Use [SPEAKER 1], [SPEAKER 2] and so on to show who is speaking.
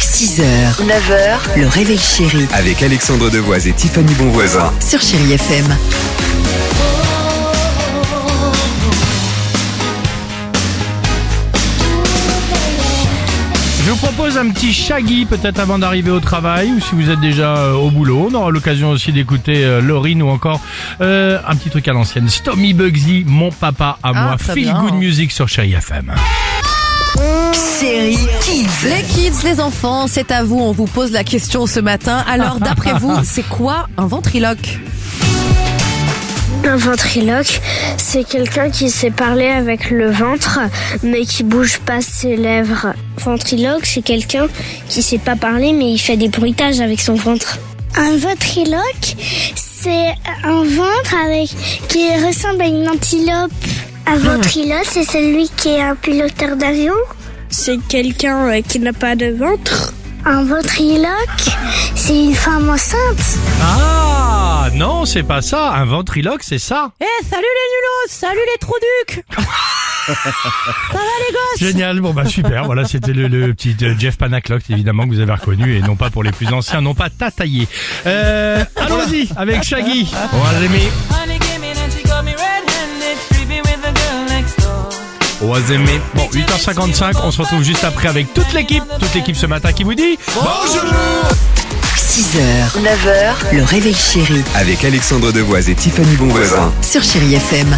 [SPEAKER 1] 6h, 9h, le réveil chéri
[SPEAKER 2] Avec Alexandre Devoise et Tiffany Bonvoisin.
[SPEAKER 1] sur Chéri FM.
[SPEAKER 3] Je vous propose un petit shaggy peut-être avant d'arriver au travail ou si vous êtes déjà euh, au boulot. On aura l'occasion aussi d'écouter euh, Laurine ou encore euh, un petit truc à l'ancienne. Stomy Bugsy, mon papa à moi.
[SPEAKER 1] Ah, très
[SPEAKER 3] Feel
[SPEAKER 1] bien.
[SPEAKER 3] Good Music sur Chéri FM.
[SPEAKER 1] Chéri Kids.
[SPEAKER 4] Les kids, les enfants, c'est à vous, on vous pose la question ce matin. Alors, d'après vous, c'est quoi un ventriloque
[SPEAKER 5] Un ventriloque, c'est quelqu'un qui sait parler avec le ventre, mais qui bouge pas ses lèvres. Ventriloque, c'est quelqu'un qui sait pas parler, mais il fait des bruitages avec son ventre. Un ventriloque, c'est un ventre avec qui ressemble à une antilope. Un ventriloque, c'est celui qui est un piloteur d'avion.
[SPEAKER 6] c'est quelqu'un euh, qui n'a pas de ventre.
[SPEAKER 5] Un ventriloque, c'est une femme enceinte.
[SPEAKER 3] Ah non, c'est pas ça. Un ventriloque, c'est ça.
[SPEAKER 4] Eh, salut les nulos, salut les trous ducs
[SPEAKER 3] Génial. Bon bah super. voilà, c'était le, le petit euh, Jeff Panaclock évidemment que vous avez reconnu et non pas pour les plus anciens, non pas tataillé. Euh, Allons-y avec Shaggy. Bon, les amis.
[SPEAKER 7] Honey came in and she got me red-handed, creeping with the girl next door.
[SPEAKER 3] Bon, 8h55, on se retrouve juste après avec toute l'équipe, toute l'équipe ce matin qui vous dit bonjour
[SPEAKER 1] 6h, 9h, le réveil chéri
[SPEAKER 2] Avec Alexandre Devoise et Tiffany Bonvoisin.
[SPEAKER 1] sur Chéri FM.